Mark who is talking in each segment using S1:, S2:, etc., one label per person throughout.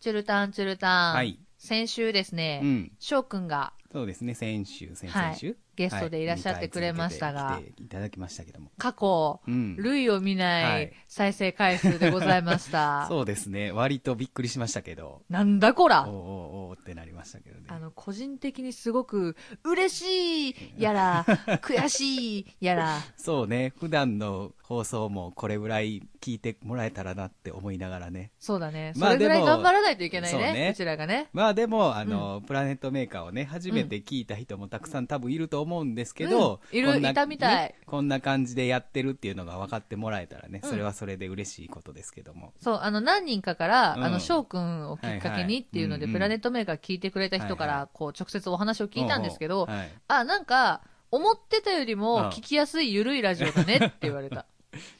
S1: チュルタン、チュルタン。
S2: はい。
S1: 先週です
S2: う
S1: ね、
S2: ん。
S1: 翔くんが
S2: そうですね、先週、先
S1: はい
S2: 々週、
S1: ゲストでいらっしゃって
S2: はい
S1: くれましたが
S2: 二回続けて来ていただきましたけども。
S1: 過去、
S2: うん。
S1: 類を見な
S2: はいい
S1: 再生回数でございました。
S2: そうですね、割とびっくりしましたけど、
S1: なんだこ
S2: おー
S1: ら
S2: おーおーってなりましたけどね。
S1: あの、個人的にすごく、嬉しいや ら、悔しいやら、
S2: そうね、普段の放送もこれぐらい聞いてもらえたらなって思いながらね。
S1: そうだね。そ
S2: まあ
S1: れぐらい
S2: でも
S1: 頑張らないといけない
S2: そう
S1: ね、
S2: ね
S1: こちらがね。
S2: まあでも、あの、プラネットメーカーをね、初めて聞いた人もたくさん多分いると思うんですけど、
S1: うんいる
S2: こんない
S1: たみたい
S2: ねこんな感じでやってるっていうのが分かってもらえたらね、
S1: うん
S2: それはそれで嬉しいことですけども。
S1: そう、あの、何人かから、
S2: うん
S1: あの、翔くんをきっかけにっていうので、
S2: はいはいうんうん
S1: プラネットメーカー聞いてくれた人か
S2: はい
S1: ら
S2: は、
S1: こう、直接お話を聞いたんですけ
S2: お
S1: ど
S2: うおう、はい
S1: あ、なんか、思ってたより
S2: うん
S1: も聞きやすいゆるいラジオだねって言われ た。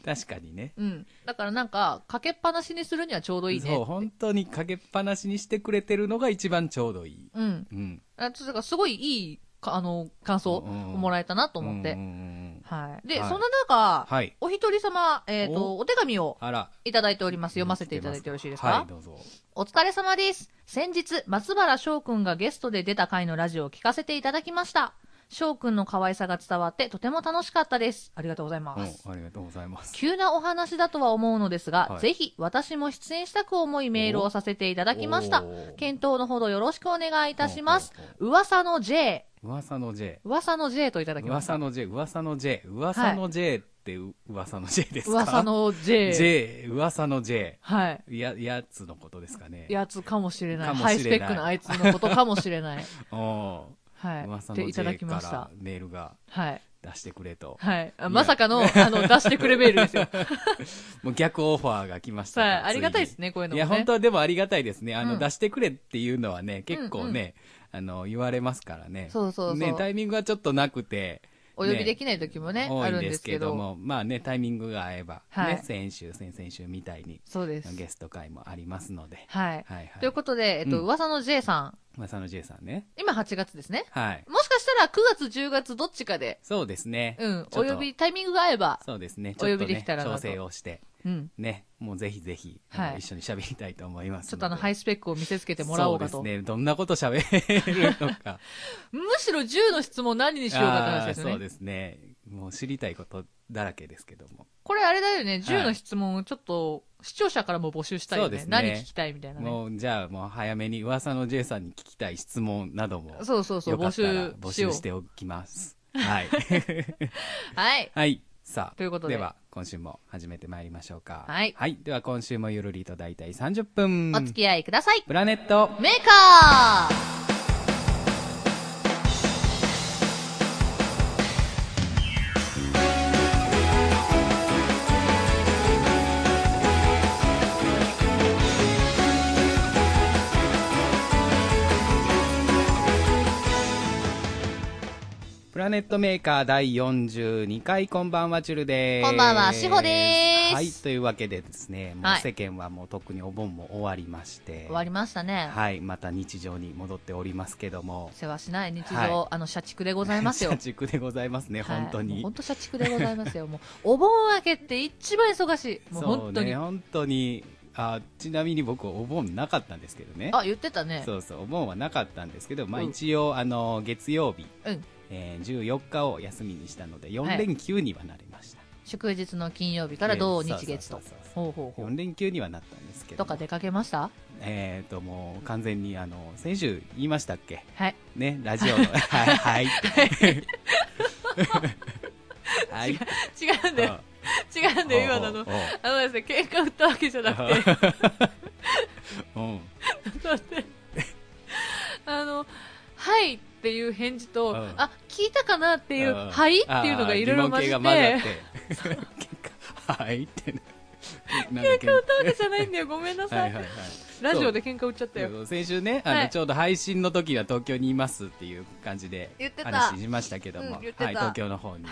S2: 確かにね。
S1: うん。だからなんか、かけっぱなしにするにはちょうどいいね
S2: そう、。本当にかけっぱなしにしてくれてるのが一番ちょうどいい。
S1: うん。
S2: うん。
S1: あちょっとだからすごいいい、かあの、感想をもらえたなと思っ
S2: うん
S1: て
S2: う。んうん
S1: はい。で、
S2: はい
S1: そんな中、
S2: はい
S1: お一人様、えっ、と、
S2: お
S1: お手紙を
S2: あら。
S1: いただいております。読ませていただいてよろしいですか、
S2: はい、どうぞ。
S1: お疲れ様です。先日、松原翔くんがゲストで出た回のラジオを聞かせていただきました。翔くんの可愛さが伝わってとても楽しかったです。ありがとうございます。
S2: おありがとうございます。
S1: 急なお話だとは思うのですが、
S2: はい
S1: ぜひ私も出演したく思いメールをさせていただきました
S2: おー。
S1: 検討のほどよろしくお願いいたします
S2: ほうほう。
S1: 噂の J、
S2: 噂の J。
S1: 噂の J といただきました。
S2: 噂の J、噂の J、噂の J ってう噂の J ですか
S1: 噂の J。
S2: J、噂の J。
S1: はい。
S2: や、やつのことですかね。
S1: やつかもしれない。
S2: かもしれな
S1: ハ
S2: い
S1: イスペックなあいつのことかもしれ ない。
S2: おう
S1: はい。
S2: 噂
S1: って
S2: の
S1: いただ
S2: J
S1: き
S2: か
S1: ました
S2: ら。メールが
S1: はい。
S2: 出してくれと。
S1: はい。あ
S2: や
S1: まさか の、あの、出してくれメールですよ。
S2: もう逆オファーが来ました
S1: は
S2: か
S1: い。
S2: ら。
S1: ありがたいで
S2: つ
S1: すね、こういうのも、
S2: い
S1: ね。
S2: や、本当はでもありがたいですね。あの、
S1: うん
S2: 出してくれっていうのはね、結構ね、あの、言われますからね。
S1: そうそうそう
S2: ね、タイミングがちょっとなくて。
S1: お呼びできない時もね、
S2: 多
S1: あ
S2: いん
S1: るん
S2: で
S1: ですすけ
S2: けど
S1: ど。
S2: も、まあね、タイミングが合えば、
S1: はい
S2: ね、先週、先々週みたいに、
S1: そうです。
S2: ゲスト会もありますので。
S1: はい。
S2: はいはい。
S1: ということで、えっと、
S2: うん
S1: 噂の J さん、
S2: まあ、佐野 J さんね。
S1: 今8月ですね。
S2: はい。
S1: もしかしたら9月、10月、どっちかで、
S2: そうですね。
S1: うん、
S2: ちょ
S1: お
S2: っと
S1: 呼び、タイミングが合えば、
S2: そうですね。
S1: お呼びできたら
S2: ちょ
S1: な
S2: っ
S1: と
S2: とね調整をして、
S1: うん。
S2: ね、もうぜひぜひ、
S1: はい
S2: あの一緒に喋りたいと思います
S1: ちょっとあの、ハ
S2: い
S1: イスペックを見せつけてもらおうか
S2: そ
S1: と。
S2: うですね。どんなこと喋れるのか。
S1: むしろ10の質問何 にしようかって話ですよ
S2: あー
S1: ね
S2: そう。ですね。もう知りたいことだらけですけども。
S1: これあれだよね、
S2: はい
S1: 10の質問をちょっと視聴者からも募集したいよ
S2: そう
S1: ね。
S2: ですね
S1: 何聞きたいみたいなね。
S2: もう、じゃあ、もう早めに噂の J さんに聞きたい質問なども、
S1: そうそうそう、
S2: よ
S1: 募
S2: かったら
S1: 集
S2: 募
S1: しよ
S2: 集
S1: う。
S2: しておきます。 はい。
S1: はい。
S2: はい。さあ。
S1: ということで
S2: は、今週も始めてまいりましょうか。
S1: はい
S2: では、今週もゆるりと大体30分。
S1: お付き合いください。
S2: プラネット。
S1: メーカ
S2: プラネットメーカー第42回、こんばんは、ちゅるです。
S1: こんばんはしほです
S2: はい、というわけでですね、もう
S1: はい
S2: 世間はもう特にお盆も終わりまして、
S1: ー終わりましたね。
S2: はい、また日常に戻っておりますけども、
S1: 世話しない日常、
S2: はい
S1: あの、社畜でございます よ
S2: 社。畜でございますね、
S1: はい
S2: 本当
S1: もう
S2: に。
S1: 本当社畜でございますよ。もう、お盆明けって一番忙しい。もう本当
S2: そう
S1: に。
S2: ね、本当に。あちなみに僕、お盆なかったんですけどね。
S1: あ、言ってたね。
S2: そうそう、お盆はなかったんですけど、まあ
S1: うん
S2: 一応、あの、月曜日、
S1: うん。
S2: えー14日を休みにしたので、
S1: は
S2: 4
S1: い
S2: 連休にはなりました。
S1: 祝日の金曜日から土
S2: そう
S1: 日
S2: そう
S1: 月と
S2: そうそう。
S1: ほうほうほう。
S2: 4連休にはなったんですけ
S1: と
S2: ども
S1: か出かけました
S2: えっ、ともう完全にあの先週言いましたっけ
S1: はい。
S2: ねラジオのはいはいって はい
S1: 違うんだよ。違うんだよ、今のあの。あのですね、喧嘩売ったわけじゃなくて、
S2: うんうん
S1: だってあの、はいっていう返事と、
S2: うん
S1: あ、聞いたかなっていう、
S2: あー
S1: はいっていうのがいろいろ混じって、
S2: あー
S1: 喧嘩売っ
S2: 疑問系が混ざって結果はいってななんだっけ
S1: たわけじゃないんだよ、ごめんなさい。
S2: はいはいはい
S1: ラジオで喧嘩売っちゃったよ。
S2: そう先週ねあの、
S1: はい
S2: ちょうど配信の時は東京にいますっていう感じで
S1: 言ってた
S2: 話しましたけども、
S1: うん言ってた
S2: はい、東京の方に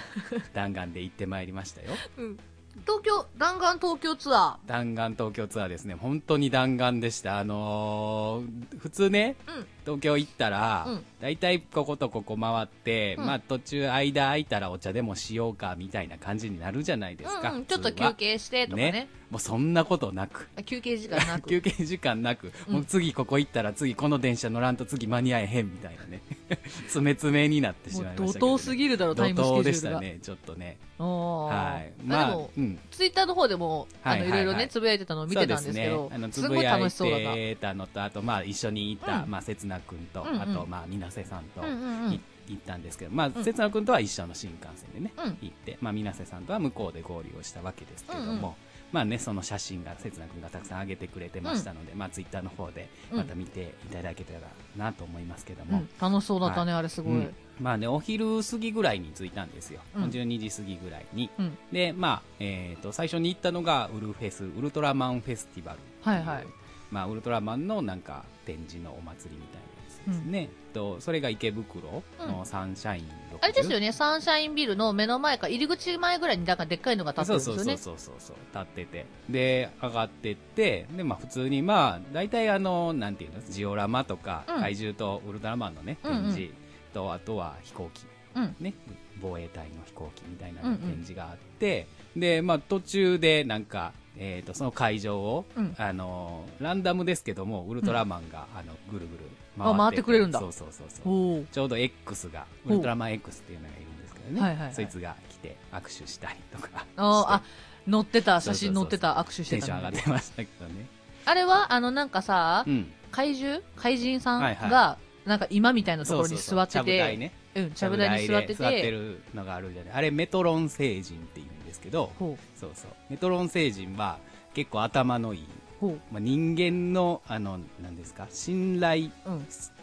S2: 弾丸で行ってまいりましたよ
S1: うん東京、弾丸東京ツア
S2: 弾丸東京ツアーですね、本当に弾丸でした、あのー普通ね、
S1: うん
S2: 東京行ったら、
S1: うん
S2: 大体こことここ回って、
S1: うん
S2: まあ途中間空いたらお茶でもしようかみたいな感じになるじゃないですか、
S1: うんうん、ちょっと
S2: 普通は
S1: 休憩してとかね
S2: ねもうそんなことなく
S1: あ休憩時間なく
S2: 休憩時間なく、
S1: うん
S2: もう次ここ行ったら次この電車乗らんと次間に合えへんみたいなね 詰め詰めになってし
S1: もう
S2: まい
S1: 怒
S2: ましたけど、ね、
S1: 涛すぎるだろ
S2: 怒
S1: タイムスケ
S2: 涛
S1: ジ
S2: で
S1: ュー
S2: し
S1: ルが
S2: たねちょっとねは
S1: はいま
S2: ま
S1: あで
S2: あ
S1: も、
S2: うん
S1: ツイッターの方でもあ
S2: はい
S1: の
S2: はい
S1: い
S2: は
S1: ろ
S2: い
S1: いろねつぶやいてたのを見てたんですけ
S2: そう
S1: ど
S2: ね、あのつ
S1: す
S2: ぶ
S1: ごい
S2: や
S1: 楽
S2: い
S1: しそうだな
S2: てたのとあとまあ一緒に行った、
S1: うん
S2: まあ刹那君と、
S1: うんうん
S2: あとまあ水瀬さんと、
S1: うんうんうん
S2: い行ったんですけどまあ
S1: ん
S2: 刹那君とは一緒の新幹線でね、
S1: うん
S2: 行ってまあ水瀬さんとは向こうで合流をしたわけですけれども、
S1: うんうん
S2: まあねその写真が刹那君がたくさん上げてくれてましたので、まあツイッターの方でまた見ていただけたらなと思いますけど
S1: う
S2: も、
S1: ん、楽しそうだったね、あれすごい、う
S2: うんんまあね、お昼過ぎぐらいに着いたんですよ、
S1: うん
S2: 12時過ぎぐらいに、
S1: うん
S2: でまあ、えー、と最初に行ったのがウルフェスウルトラマンフェスティバルってう
S1: はいはい
S2: まあ、ウルトラマンのなんか展示のお祭りみたいなやつですね、とそれが池袋のサンシャイン60、
S1: あれですよねサンシャインビルの目の前か入り口前ぐらいになんかでっかいのが立ってるんですよね
S2: そうそうそうそうそう立っててで上がってってでまあ普通にまあ大体あのなんていうのジオラマとか、
S1: うん
S2: 怪獣とウルトラマンのね
S1: うんうん
S2: 展示と、あとは飛行機、
S1: うん
S2: ね防衛隊の飛行機みたいな
S1: うんうん
S2: 展示があって、でまあ途中でなんかえー、とその会場を、
S1: うん
S2: あのランダムですけどもウルトラマンが、あのぐるぐる
S1: あ回ってくれるんだ
S2: そうそうそうそう
S1: おー
S2: ちょうど X が、
S1: ほ
S2: ウ
S1: う
S2: ルトラマン X っていうのがいるんですけどね、
S1: はいはいはい
S2: そいつが来て握手したりとか
S1: あーあ
S2: して
S1: 乗ってた
S2: そ
S1: 写
S2: うそうそう
S1: 真載ってた握手し
S2: テ
S1: て
S2: ンショ
S1: た
S2: ン上
S1: の
S2: がってましたけどね。
S1: あれはあのなんかさ、
S2: うん。
S1: 怪獣怪人さんが、
S2: はいはい
S1: なんか今みたいなところに座って
S2: ちゃぶ台
S1: て
S2: ね。
S1: うんちゃぶ台に座って
S2: ちゃぶ台で座って
S1: て
S2: るのがあるじゃない。あれメトロン星人っていうんですけど、
S1: ほう
S2: そうそう。メトロン星人は結構頭のいい、
S1: ほう
S2: まあ、人間の、あの、なんですか、信頼
S1: うん
S2: っ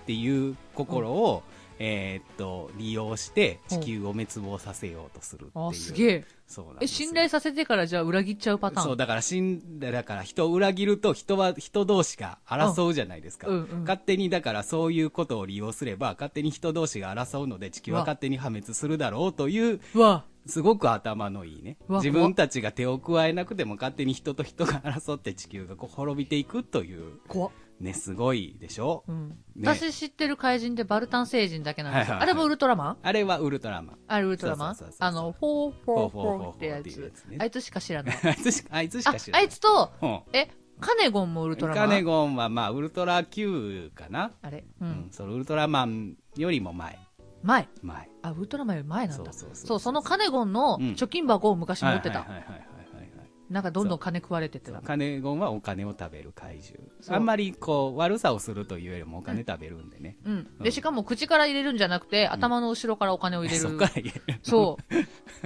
S2: ていう心を、えーっと、利用して地球を滅亡させようとするっていう。
S1: あすげえ
S2: そうなん
S1: え
S2: ですよ
S1: 信頼させてからじゃあ裏切っちゃうパターン
S2: そう、だから死んだ、だから人を裏切ると人は、人同士が争うじゃないですか。
S1: うんうん
S2: 勝手に、だからそういうことを利用すれば、勝手に人同士が争うので地球は
S1: うわ
S2: 勝手に破滅するだろうという、
S1: うわ
S2: すごく頭のいいね。
S1: うわ
S2: 自分たちが手を加えなくても勝手に人と人が争って地球がこう滅びていくという、
S1: 怖っ
S2: ね、すごいでしょ、
S1: うん
S2: ね
S1: 私知ってる怪人ってバルタン星人だけなんですよ、
S2: はいはいはい
S1: あれもウルトラマン
S2: あれはウルトラマン。
S1: あれウルトラマン
S2: そうそうそうそう
S1: あの、フォーフォーフォーってや
S2: フォーフォーフォーっていうやつ
S1: つ
S2: ね。
S1: あいつしか知らない。
S2: あいつしか、あいつし
S1: あ
S2: か知、ら
S1: あ
S2: ない。
S1: いつと、
S2: うん
S1: え、カネゴンもウルトラマン
S2: カネゴンは、まあ、ウルトラ Q かな、
S1: あれう
S2: うんん。。そのウルトラマンよりも前。
S1: 前。
S2: 前。
S1: あ、ウルトラマンより前なんだ。
S2: そうそうそうそう
S1: そう、そのカネゴンの
S2: うん
S1: 貯金箱を昔持って
S2: は
S1: た。
S2: いはいはいはいはいはい
S1: なんかどんどん金食われてて
S2: そう
S1: た。
S2: カネゴンはお金を食べる怪
S1: そう
S2: 獣あんまりこう悪さをするというよりもお金食べるんでね、
S1: うん。で、しかも口から入れるんじゃなくて、頭の後ろからお金を入れ
S2: そっ
S1: る
S2: か。ら言える
S1: そう。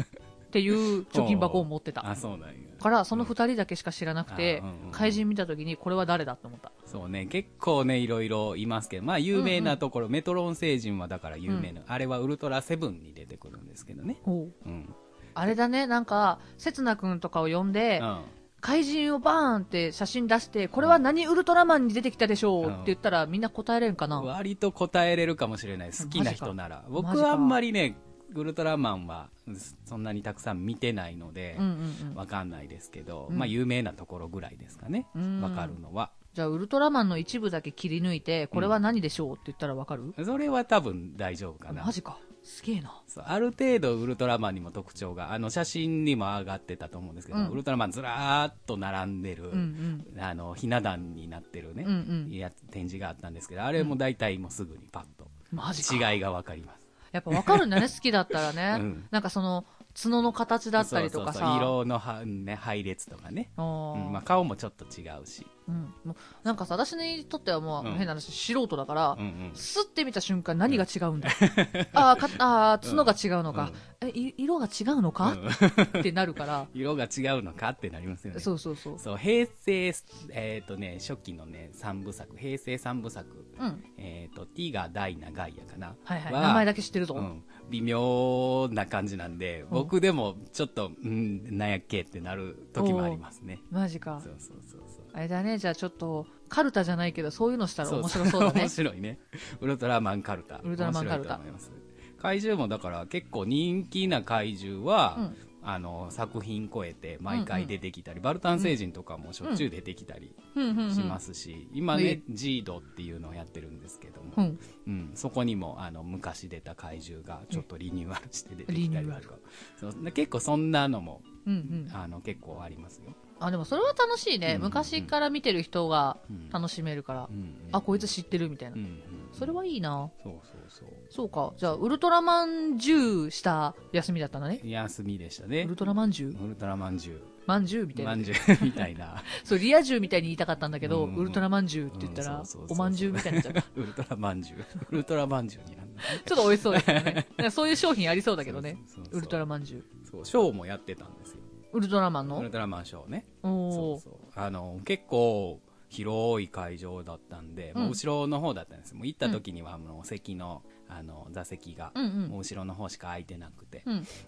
S1: っていう貯金箱を持って
S2: あ
S1: た。
S2: そうなんや
S1: から、その二人だけしか知らなくて
S2: あうんうんうん、
S1: 怪人見た時にこれは誰だって思った。
S2: そうね結構ねいろいろいますけどまあ有名なところ、メトロン星人はだから有名な、あれはウルトラセブンに出てくるんですけどね
S1: おう
S2: うん、
S1: あれだね、なんか、せつなくんとかを呼んで、
S2: うん
S1: 怪人をバーンって写真出して、これは何ウルトラマンに出てきたでしょう
S2: う
S1: っ
S2: ん
S1: て言ったらみんな答えれんかな。
S2: 割と答えれるかもしれない好きな人なら僕はあんまりねウルトラマンはそんなにたくさん見てないので、
S1: うんうんうん。
S2: わかんないですけど、
S1: うん
S2: まあ有名なところぐらいですかね、
S1: うん
S2: わかるのは。
S1: じゃあウルトラマンの一部だけ切り抜いて、これは何でしょうって言ったらわかる
S2: それは多分大丈夫かな
S1: マ。ジか。すげえな。
S2: そうある程度ウルトラマンにも特徴が、あの写真にも上がってたと思うんですけど、
S1: うん
S2: ウルトラマンずらーっと並んでる、
S1: うん
S2: あの、ひな壇になってるね、
S1: うんうん
S2: やつ展示があったんですけど、あれも大体もうすぐにパッと
S1: マジか。
S2: 違いがわかります。
S1: やっぱわかるんだね、 好きだったらね。
S2: うん
S1: なんかその、角の形だったりとか
S2: そうそうそう
S1: さ。
S2: 色のは、ね、配列とかね。
S1: あー
S2: うんまあ、顔もちょっと違うし。
S1: うんもうなんかさ、私にとってはもう
S2: うん
S1: 変な話、素人だから
S2: うんう、ん。
S1: すって見た瞬間何が違うんだあーかあー、角が違うのか。え、い色が違うのかってなる から。
S2: 色が違うのかってなりますよね。
S1: そうそうそう。
S2: そう平成、えーとね、初期の、ね、三部作平成三部作、
S1: うん。
S2: えー、とティガダイナガイアかな、
S1: はいはい。名前だ
S2: け
S1: け知ってると。
S2: うん、微妙な感じなんで僕でもちょっと、うん、なんやっけってなる時もありますね
S1: マジか
S2: そ。うそうそうそう
S1: あれだね、じゃあちょっと、カルタじゃないけど、そういうのしたら面白そうだね
S2: 面。白いねウルトラマンカルタ
S1: ウルトラマンカルタ
S2: 面白いと思います怪獣もだから結構人気な怪獣は、あの作品超えて毎回出てきたり、バルタン星人とかもしょっちゅう出てきたり
S1: うんうんうん
S2: しますし、今
S1: は
S2: ね
S1: い、
S2: ジードっていうのをやってるんですけども、
S1: うん
S2: うん、そこにもあの昔出た怪獣がちょっとリニューアルして出てきたりと
S1: リニュ
S2: かそうで結構そんなのも
S1: うんうん
S2: あの結構ありますよ。
S1: あでもそれは楽しいね、
S2: うんうん
S1: 昔から見てる人が
S2: うん
S1: 楽しめるから、
S2: うんうん
S1: あこいつ知ってるみたいな、
S2: うんうん
S1: それはいいな
S2: そうそうそう
S1: そうかじゃあウルトラマン10した休みだったのね
S2: 休みでした
S1: ウ
S2: ね
S1: ルトラマン10
S2: ウルトラマンジュ
S1: マン10みたい
S2: マ
S1: な
S2: ンジ ュみたいな
S1: そうリア10みたいに言いたかったんだけど、
S2: うんうん
S1: ウルトラマン10って言ったら、
S2: うんそう
S1: お
S2: そうそうそう
S1: まんじゅうみたいになっちゃった
S2: ウルトラまんじゅうウルトラまんじゅうになるんだ
S1: ちょっと美味しそうですよねなん かそういう商品ありそうだけどね
S2: そうそうそう
S1: ウルトラマン10
S2: そうショーもやってたんですよ
S1: ウルトラマン
S2: ウル
S1: の
S2: トラマンショーね
S1: お
S2: そ
S1: お
S2: う
S1: ー
S2: そうあの結構広い会場だったんで、もう
S1: うん
S2: 後ろの方だったんですもう行った時にはもう席のあの座席が、
S1: うんうん
S2: もう後ろの方しか空いてなくて、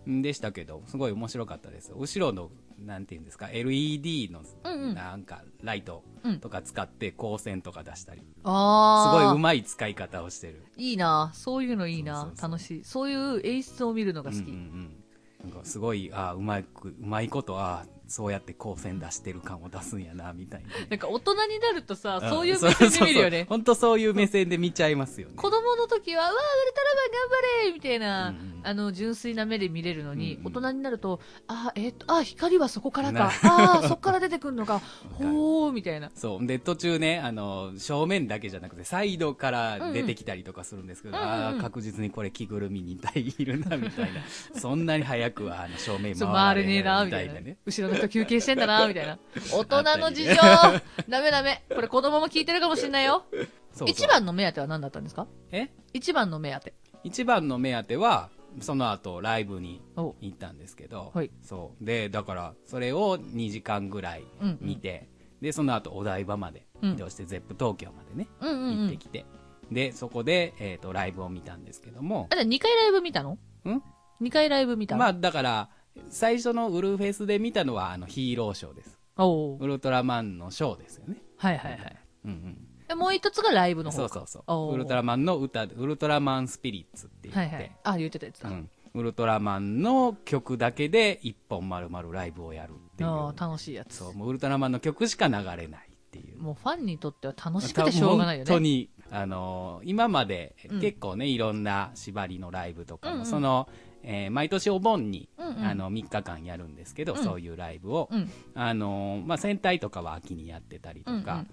S1: うん
S2: んでしたけどすごい面白かったです後ろのなんていうんですか LED の
S1: うんうん
S2: なんかライト
S1: うん
S2: とか使って光線とか出したり、す
S1: ああ
S2: ごいうまい使い方をしてる
S1: いいなそういうのいいな
S2: そうそうそう
S1: 楽しいそういう演出を見るのが好き、
S2: うんうんうん、なんかすごいあーうまくうまいことあーそうやって光線出してる感を出すんやなみたいなね、
S1: なんか大人になるとさ、
S2: ん
S1: そういう目線で見るよ
S2: そうそうそう
S1: ね。
S2: 本当そういう目線で見ちゃいますよね
S1: 子供の時は、うわー、ウルトラマン頑張れみたいな、
S2: うんうん
S1: あの、純粋な目で見れるのに、
S2: うんうん
S1: 大人になると、あー、えっ、と、あー、光はそこから
S2: な
S1: か。あー、そこから出てくる のか。
S2: る
S1: ほー、みたいな。
S2: そうで途中ねあの正面だけじゃなくてサイドから出てきたりとかするんですけど、
S1: うんうん
S2: あ
S1: うんう
S2: ー
S1: ん
S2: 確実にこれ着ぐるみに対いるなみたい なそんなに早くはあの正面
S1: そう回
S2: 回
S1: れ
S2: れ
S1: ねえな、み
S2: み
S1: た
S2: た
S1: い
S2: い
S1: な
S2: なね。
S1: 後ろの人休憩してんだ な、みたいな。大人の事情 ダメダメ。これ子供も聞いてるかもしんないよ。
S2: そうそう
S1: 一番の目当ては何だったんですか
S2: え
S1: 一番の目当て。
S2: 一番の目当てはその後ライブに
S1: お
S2: 行ったんですけど、
S1: はい
S2: そうでだからそれを2時間ぐらい
S1: うんうん
S2: 見て、でその後お台場まで
S1: うん
S2: 移動して、ゼップ東京までね
S1: うんうんう
S2: 行って
S1: ん。
S2: きて、でそこで、えー、とライブを見たんですけども
S1: あ、じゃあ2回ライブ見たの
S2: ん
S1: ?2 回ライブ見た
S2: まあだから最初のウルフェスで見たのはあのヒーローショーです
S1: あ、おー
S2: ウルトラマンのショーですよね、
S1: はいはいはい。
S2: うん
S1: えもう一つがライブ
S2: う
S1: の
S2: ん、
S1: 方
S2: そう
S1: か
S2: そうそ
S1: おー
S2: うウルトラマンの歌ウルトラマンスピリッツって言って、
S1: はいはい。あ、言ってたやつだ。
S2: うん、ウルトラマンの曲だけで一本丸々ライブをやるってい
S1: ああ、
S2: う
S1: 楽しいやつ。
S2: そうもうウルトラマンの曲しか流れないっていう
S1: もうファンにとっては楽しくてしょうがないよ
S2: 本当
S1: ね。
S2: に、あのー今まで
S1: うん
S2: 結構ね、いろんな縛りのライブとかも、
S1: うんうん
S2: その、えー毎年お盆に、
S1: うんうん
S2: あの3日間やるんですけど、
S1: うん
S2: そういうライブを、
S1: うん。
S2: あのーまあ、戦隊とかは秋にやってたりと
S1: うん
S2: か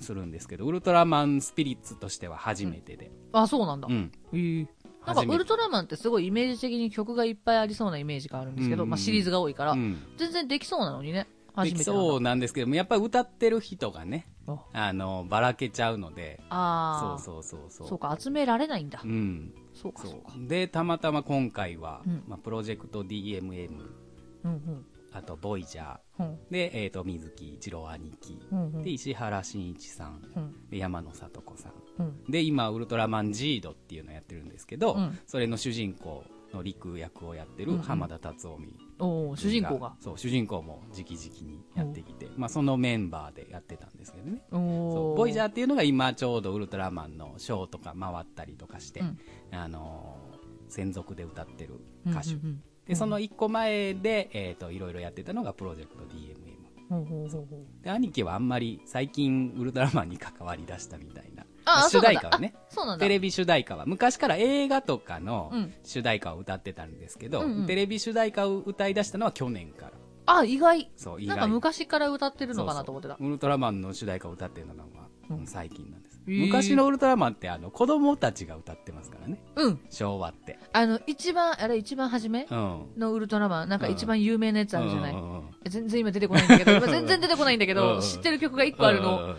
S2: するんですけど、ウルトラマンスピリッツとしては初めてで、
S1: あ、そうなんだ。
S2: うん
S1: へえなんか
S2: 初めて
S1: ウルトラマンってすごいイメージ的に曲がいっぱいありそうなイメージがあるんですけど、
S2: うんうん
S1: まあシリーズが多いから、
S2: うん
S1: 全然できそうなのにね。
S2: で
S1: 初め
S2: き
S1: てなんだ
S2: そうなんですけどもやっぱり歌ってる人がね
S1: あ
S2: あのばらけちゃうのでそ
S1: あ
S2: う
S1: ー
S2: そうそうそう
S1: そうか、集められないんだ。
S2: うん、
S1: そうか、
S2: そ
S1: そうか。
S2: うでたまたま今回は、
S1: うん
S2: まあ、プロジェクト DMM
S1: うんうん。
S2: あとボイジャー
S1: うん
S2: で、えー、と水木一郎兄貴
S1: うんうん
S2: で石原慎一さん
S1: うん
S2: で山野里子さん
S1: うん
S2: で今ウルトラマンジードっていうのをやってるんですけど、
S1: うん
S2: それの主人公の陸役をやって
S1: うん
S2: る
S1: うん
S2: 浜田達臣、
S1: おお主人公が。
S2: そう主人公も直々にやってきて、まあ、そのメンバーでやってたんですけどね
S1: お
S2: そ
S1: お
S2: うボイジャー
S1: ー
S2: っていうのが今ちょうどウルトラマンのショーとか回ったりとかして、
S1: うん
S2: あのー専属で歌ってる歌手、
S1: うんうん
S2: でその1個前で、えー、といろいろやってたのがプロジェクト DMM
S1: うんほうほうほうほう
S2: で兄貴はあんまり最近ウルトラマンに関わりだしたみたいな
S1: ああ、そ
S2: 主
S1: うなん
S2: 題
S1: だ
S2: 歌はね
S1: あそうなんだ。
S2: テレビ主題歌は昔から映画とかの
S1: うん
S2: 主題歌を歌ってたんですけど、
S1: うんうん
S2: テレビ主題歌を歌い出したのは去年から
S1: あ、意外。
S2: そう以
S1: なん
S2: 来
S1: か昔から歌ってるのかなと思ってた。
S2: そうそうウルトラマンの主題歌を歌ってるのが、
S1: うん
S2: うん最近なんです、
S1: へー
S2: 昔のウルトラマンってあの子供たちが歌ってますからね
S1: うん。
S2: 昭和って
S1: あの、一番、あれ、一番初め
S2: うん
S1: のウルトラマン、なんか
S2: うん
S1: 一番有名なやつあるじゃない、
S2: うんうんうん
S1: 全然今出てこないんだけど、今全然出てこないんだけ
S2: う
S1: ど、
S2: ん
S1: 知ってる曲が一個ある
S2: うんうん
S1: の、
S2: うんうん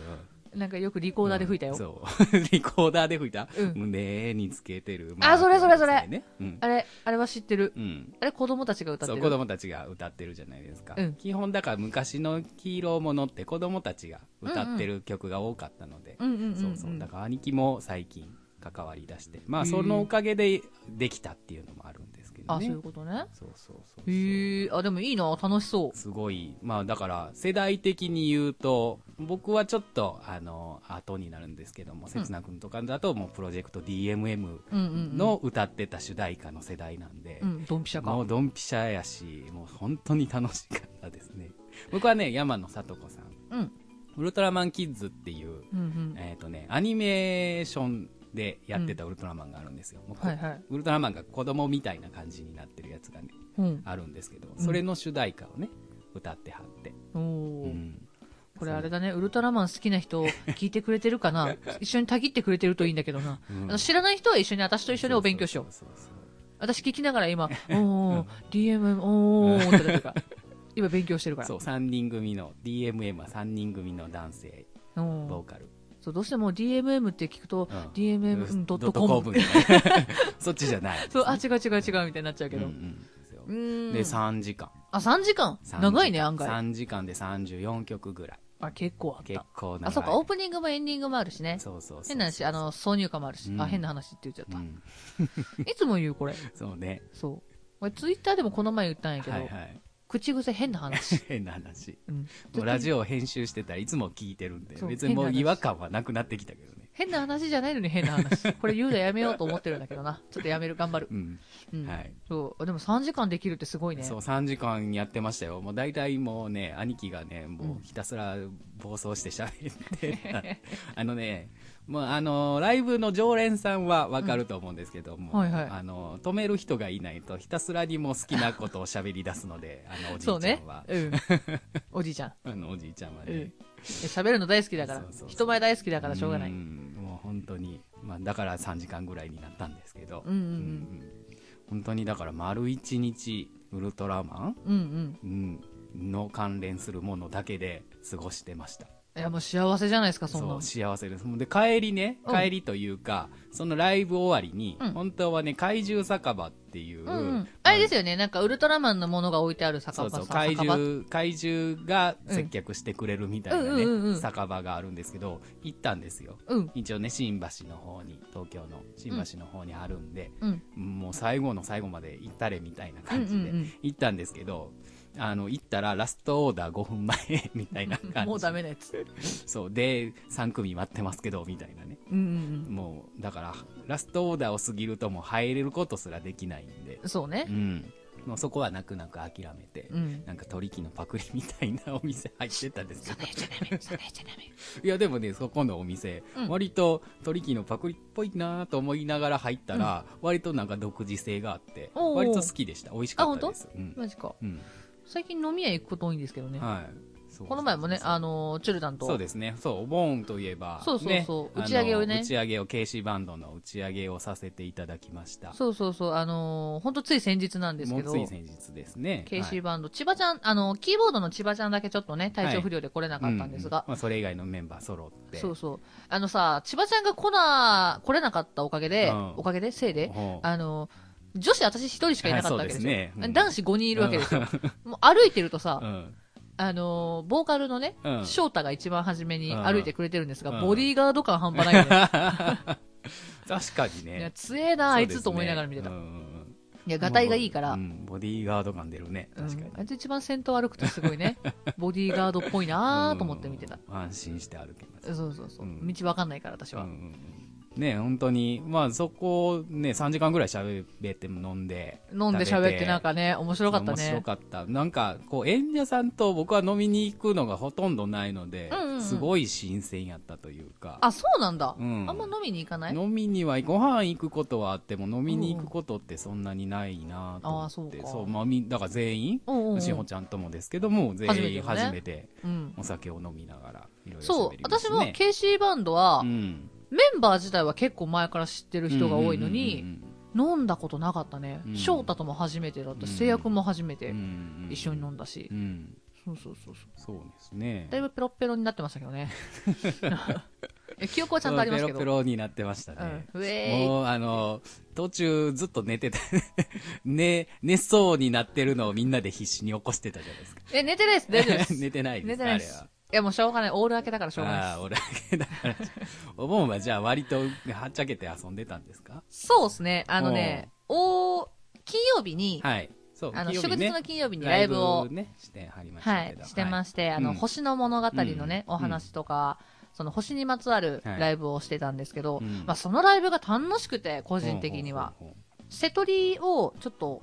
S1: なんかよくリコーダーで吹いたよ。
S2: そう リコーダーで吹いた、
S1: うん
S2: 胸につけてる
S1: あそれそれそれ
S2: マークのやつね、うん
S1: あれ、あれは知ってる。
S2: うん
S1: あれ、子供たちが歌っ
S2: そ
S1: て
S2: う
S1: る。
S2: 子供たちが歌ってるじゃないですか、
S1: うん
S2: 基本だから昔のヒーローものって子供たちが歌ってる曲が多かったので、
S1: うんうんうん、うん。
S2: そうそうだから兄貴も最近関わり出してまあそのおかげでできたっていうのもあるんですけいうね
S1: あ、そういうことね。
S2: そうそうそうそう
S1: へえ、あ、でもいいな、楽しそう。
S2: すごいまあだから世代的に言うと僕はちょっとあの後になるんですけども刹那君とかだともうプロジェクト DMM
S1: うんうんうん。
S2: の歌ってた主題歌の世代なんで、
S1: うん、ドンピシャ
S2: も
S1: か
S2: う。ドンピシャやしもう本当に楽しかったですね僕はね山野里子さん
S1: うん。
S2: 「ウルトラマンキッズ」っていう、
S1: うんうん。
S2: えっ、とねアニメーションでやってたウルトラマンがあるんですよ、もうこ
S1: はいはい。
S2: ウルトラマンが子供みたいな感じになってるやつがね
S1: うん。
S2: あるんですけど
S1: ん
S2: それの主題歌をね歌ってはって、
S1: お
S2: う
S1: お、
S2: ん
S1: これあれだね、ウルトラマン好きな人、聞いてくれてるか な一緒にたぎってくれてるといいんだけどな。
S2: うん
S1: あの知らない人は一緒に、私と一緒にお勉強しよう。
S2: そうそうそう
S1: 私聞きながら今、おー、DMM、おー、ってなってるから。今勉強してるから。
S2: そう3人組の DMM は3人組の男性
S1: う
S2: ボー
S1: ん
S2: カル、
S1: そうどうしても DMM って聞くと、
S2: うん
S1: DMM.com。
S2: みたいな そっちじゃない
S1: そう、あ、違う違う違うみたいになっちゃうけど。
S2: う
S1: うん
S2: うん
S1: ーん。
S2: で3時間
S1: あ、3時間
S2: 3時間
S1: 長いね、案外。
S2: 3時間で34曲ぐらい
S1: あ、結構あっ
S2: 結
S1: た。
S2: 構長い
S1: あ、そうか、オープニングもエンディングもあるしね。
S2: そうそうそう
S1: 変な話、あの、挿入歌もあるし。あ、
S2: うん
S1: 変な話って言っちゃっ
S2: う
S1: た。
S2: ん
S1: いつも言う、これ。
S2: そうね
S1: そう。俺、ツイッターでもこの前言ったんやけ
S2: はい
S1: ど、
S2: はい
S1: 口癖変な話。
S2: 変な話
S1: うん
S2: もうラジオを編集してたらいつも聞いてるんで
S1: そう
S2: 別にもう
S1: 変な話
S2: 違和感はなくなってきたけどね
S1: 変な話じゃないのに変な話。これ言うのやめようと思ってるんだけ どな。ちょっとやめる、頑張る
S2: う。ん
S1: うん
S2: はい
S1: そう。でも3時間できるってすごいね。
S2: そう3時間やってましたよもう大体もうね兄貴がねもうひたすら暴走して喋ってた、 あのねもうあのライブの常連さんはわかると思うんですけども、
S1: うんはいはい
S2: あの止める人がいないとひたすらにもう好きなことを喋り出すのであのおじ
S1: そう
S2: いちゃ
S1: ね
S2: んは、。
S1: うん。 おじいちゃん。
S2: あのおじいちゃんは
S1: うんいや
S2: ね、
S1: 喋るの大好きだから
S2: そうそうそ。う
S1: 人前大好きだからしょうがない。
S2: ん
S1: う
S2: もう本当に、まあ、だから3時間ぐらいになったんですけど、
S1: うんうんうん
S2: うん本当にだから丸1日ウルトラマン
S1: んうん。
S2: うん、の関連するものだけで過ごしてました
S1: いや、もう幸せじゃないですか、そんな
S2: そ
S1: の
S2: う。幸せですで帰りね
S1: うん
S2: 帰りというか、そのライブ終わりに、
S1: うん
S2: 本当はね怪獣酒場っていう、
S1: うんうん。あれですよね、なんかウルトラマンのものが置いてある酒
S2: そ
S1: 場
S2: うそう
S1: さ
S2: 怪
S1: 酒場
S2: 獣怪獣が接客してくれるみたいなね、
S1: うんうんうんうん
S2: 酒場があるんですけど行ったんですよ
S1: うん。
S2: 一応ね新橋の方に東京の新橋の方にあるんで、
S1: うん。
S2: もう最後の最後まで行ったれみたいな
S1: うんう
S2: 感じで、
S1: ん
S2: 行ったんですけどあの行ったらラストオーダー5分前 みたいな
S1: う
S2: 感
S1: ん。
S2: じ
S1: もうダメなやつ。
S2: そうで3組待ってますけどみたいなね
S1: うんうん
S2: もうだからラストオーダーを過ぎるともう入れることすらできないんで
S1: う、ん。そうね
S2: う。ん、もうそこは泣く泣く諦めて、
S1: うん。
S2: なんか鳥貴のパクリみたいなお店入ってたんですけど
S1: そんなやっちゃダメ。そんなやっちゃダメ。
S2: いやでもねそこのお店、
S1: うん
S2: 割と鳥貴のパクリっぽいなと思いながら入ったら、割となんか独自性があって
S1: おー
S2: 割と好きでした美味しかったですうん
S1: マジか。
S2: うん
S1: 最近飲み屋行くこと多いんですけどね。
S2: はいそう
S1: この前もね、
S2: そうそうそう
S1: あのー、チュルダンと。
S2: そうですね。そう、お盆といえば、
S1: そうそうそう
S2: ね
S1: 打ち上げをね
S2: あの打ち上げを、KC バンドの打ち上げをさせていただきました。
S1: そうそうそう、あのー、ほんとつい先日なんです
S2: も
S1: け
S2: う
S1: ど
S2: つ、い先日ですね。
S1: KC バンド、千葉ちゃん、あのー、キーボードの千葉ちゃんだけちょっとね、体調不良で来れなかったんです
S2: う
S1: が
S2: う、まあ、それ以外のメンバー揃って。
S1: そうそう。あのさ、千葉ちゃんが来な、来れなかったおかげで、
S2: うん
S1: おかげで、せいで、
S2: ほう
S1: あのー、女子私一人しかいなかったわけですよ。
S2: はいそうですねうん
S1: 男子5人いるわけですよ。もう歩いてるとさ、
S2: うん。
S1: あのー、ボーカルのね、
S2: うん
S1: 翔太が一番初めに歩いてくれてるんですが、
S2: うん
S1: ボディーガード感半端ないよね。
S2: 確かに
S1: いや、
S2: ね。
S1: 強えな、あいつと思いながら見てた。
S2: そうですねうんうんうん
S1: いや、がたいがいいから
S2: う、んボディーガード感出るね。
S1: うん
S2: 確かに。
S1: あいつ一番先頭歩くとすごい ね、ボディーガードっぽいなーと思って見てた。
S2: うん。安心して歩けます。
S1: そうそうそう。
S2: うん
S1: 道わかんないから、私
S2: う
S1: は
S2: んう。んうんね本当に、まあそこをね、3時間ぐらい喋って飲んで。
S1: 飲んで
S2: 食べ
S1: 喋ってなんかね、面白かった
S2: 面白
S1: ね。
S2: かった。なんか、こう、演者さんと僕は飲みに行くのがほとんどないので、
S1: うんうんうん
S2: すごい新鮮やったというか、
S1: あ、そうなんだ。
S2: うん
S1: あんま飲みに行かない
S2: 飲みには、ご飯行くことはあっても、飲みに行くことってそんなにないなと思って、
S1: うんうんあーそうか
S2: まあ、みだから全員、
S1: うんうんうん
S2: しほちゃんともですけども、全員
S1: 初めてね
S2: 初めて
S1: うん。
S2: お酒を飲みながら、いろいろ
S1: そう、私も
S2: 結
S1: KC バンドは、
S2: うん、
S1: メンバー自体は結構前から知ってる人が多いの
S2: う
S1: に、
S2: ん
S1: 飲んだことなかったね
S2: う。ん
S1: 翔太とも初めてだったし、
S2: うん
S1: 聖役も初め
S2: うんう
S1: て
S2: んうんうん、
S1: 一緒に飲んだし
S2: う。ん、
S1: そうそうそうそう。
S2: そうですね。
S1: だいぶペロッペロになってましたけど ね。え記憶はちゃんとありますけど。
S2: ペロペロになってましたね。
S1: うん。ウェーイ。
S2: もう、あの、途中ずっと寝てた。 寝、寝そうになってるのをみんなで必死に起こしてたじゃないですか。
S1: え、寝てないです。大丈夫で す。
S2: 寝てないです。
S1: 寝てないです
S2: あ。
S1: いや、もうしょうがない。オール明けだからしょ
S2: れ
S1: うがない
S2: は。ああ、俺だけだから。お盆はじゃあ割とはっちゃけて遊んでたんですか
S1: です。そうですね。あのね、お、昨金曜日に、
S2: はい。そう。
S1: あの、
S2: 金曜
S1: 祝
S2: 日ね
S1: 日の金曜日にライブを、
S2: ね、してはりました
S1: は
S2: け
S1: い
S2: ど。、
S1: してまして、あの、
S2: うん
S1: 星の物語のね、
S2: うん
S1: お話とか、その星にまつわる
S2: はい
S1: ライブをしてたんですけど、
S2: うん
S1: まあそのライブが楽しくて、個人的には。
S2: ほうほうほ
S1: 瀬取りをちょっと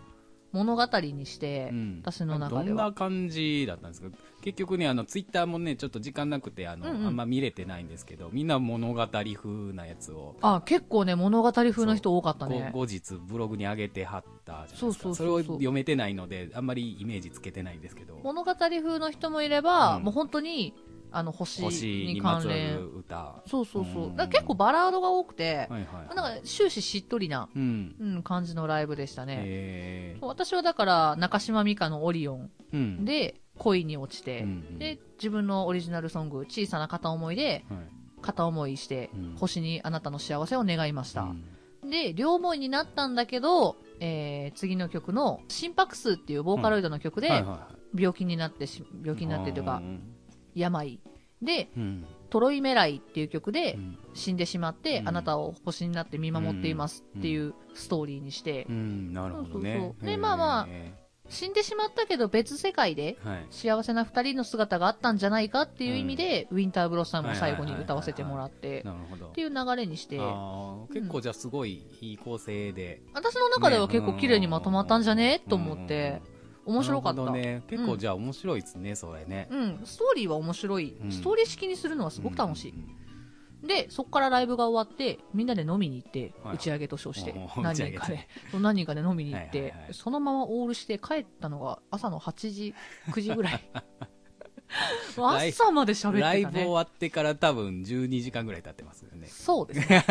S1: 物語にして、
S2: うほう。うん
S1: 私の中で
S2: どん
S1: は。
S2: な感じだったんですか結局ね、あの、ツイッターもね、ちょっと時間なくて、あの、
S1: うんうん
S2: あんま見れてないんですけど、みんな物語風なやつを、
S1: あ、結構ね、物語風の人多かったね。
S2: 後後日ブログに上げてはったじゃないですか。
S1: そうそうそうそう
S2: れを読めてないので、あんまりイメージつけてないんですけど、
S1: 物語風の人もいれば、
S2: うん
S1: もう本当に、あの、星
S2: 星
S1: に
S2: にま
S1: 関
S2: つわ
S1: 連。
S2: る歌。は
S1: そうそうそうう。
S2: ん
S1: だから結構バラードが多くて、
S2: いはい。
S1: なんか終始しっとりな、
S2: うん。
S1: うん、感じのライブでしたね。
S2: えー
S1: 私はだから中島美嘉の「オリオン
S2: うん、、
S1: で恋に落ち
S2: う
S1: て、
S2: んうん、
S1: で自分のオリジナルソング「小さな片思い」で
S2: はい、
S1: 片思いして、
S2: うん
S1: 星にあなたの幸せを願いました、
S2: うん
S1: で両思いになったんだけど、えー次の曲の「心拍数」っていうボーカロイドの曲
S2: はい
S1: で
S2: は
S1: 病気になってし病
S2: い
S1: 気になってという
S2: う
S1: か
S2: ん
S1: 病で
S2: うん
S1: 「トロイメライ」っていう曲で
S2: うん
S1: 死んでしまって、
S2: うん
S1: あなたを星になって見守っていますっていうストーリーにして、
S2: うん、なるほどね。
S1: そうそうそうで
S2: へー
S1: まあまあ死んでしまったけど別世界で
S2: はい。
S1: 幸せな2人の姿があったんじゃないかっていう意味で、ウィンターブロッサムを最後に歌わせてもらって
S2: なるほど
S1: って。いう流れにして
S2: あー結構じゃあすごいいい構成で。
S1: 私の中では結構綺麗にまとまったんじゃねと思って面白かっ
S2: なる
S1: た、
S2: ほどね。結
S1: う
S2: 構
S1: ん
S2: じゃあ面白いですね、それね。
S1: うん、ストーリーは面白い、
S2: うん
S1: ストーリー式にするのはすごく楽しい、
S2: うんうんうん
S1: でそこからライブが終わってみんなで飲みに行って、
S2: はい
S1: 打ち上げと称して
S2: おー
S1: 何人か
S2: 打ち上げ
S1: で そう何人かで飲みに行って、
S2: はいはいはい
S1: そのままオールして帰ったのが朝の8時9時ぐ らいもう朝まで喋ってたね
S2: ライブ終わってから多分12時間ぐらい経ってますよね。
S1: そうです ね。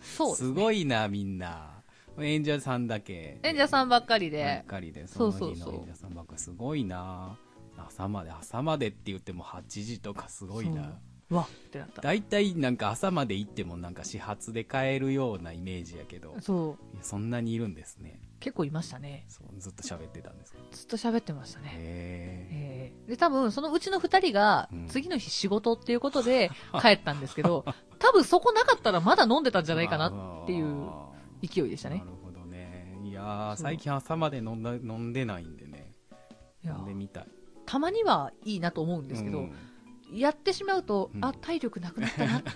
S1: そうです
S2: す
S1: ね。
S2: ごいな、みんな。演者さんだけ。
S1: 演者さんばっかり
S2: ばっ
S1: で、
S2: かりで、
S1: そ
S2: そう
S1: そ
S2: の
S1: う
S2: 日
S1: そう
S2: の演者さんばっかすごいな。朝まで、朝までって言っても8時とかすごいな。
S1: うわってなった。
S2: 大体なんか朝まで行ってもなんか始発で帰るようなイメージやけど、い
S1: そう、
S2: やそんなにいるんですね。
S1: 結構いましたね。
S2: そうずっと喋ってたんですけど。
S1: ずっと喋ってましたね。
S2: へ
S1: えーで、多分そのうちの2人が
S2: うん
S1: 次の日仕事っていうこと で帰ったんですけど、多分そこなかったらまだ飲んでたんじ
S2: じ
S1: ゃないかなっていう勢いでしたね
S2: なる。ほどね。いやー、
S1: そう
S2: 最近朝まで飲んだ飲んでないんでね。
S1: い
S2: 飲
S1: や
S2: んでみたい。
S1: たまにはいいなと思うんですけど、
S2: うん
S1: やってしまうと、
S2: うん
S1: あ、体力なくなったなって。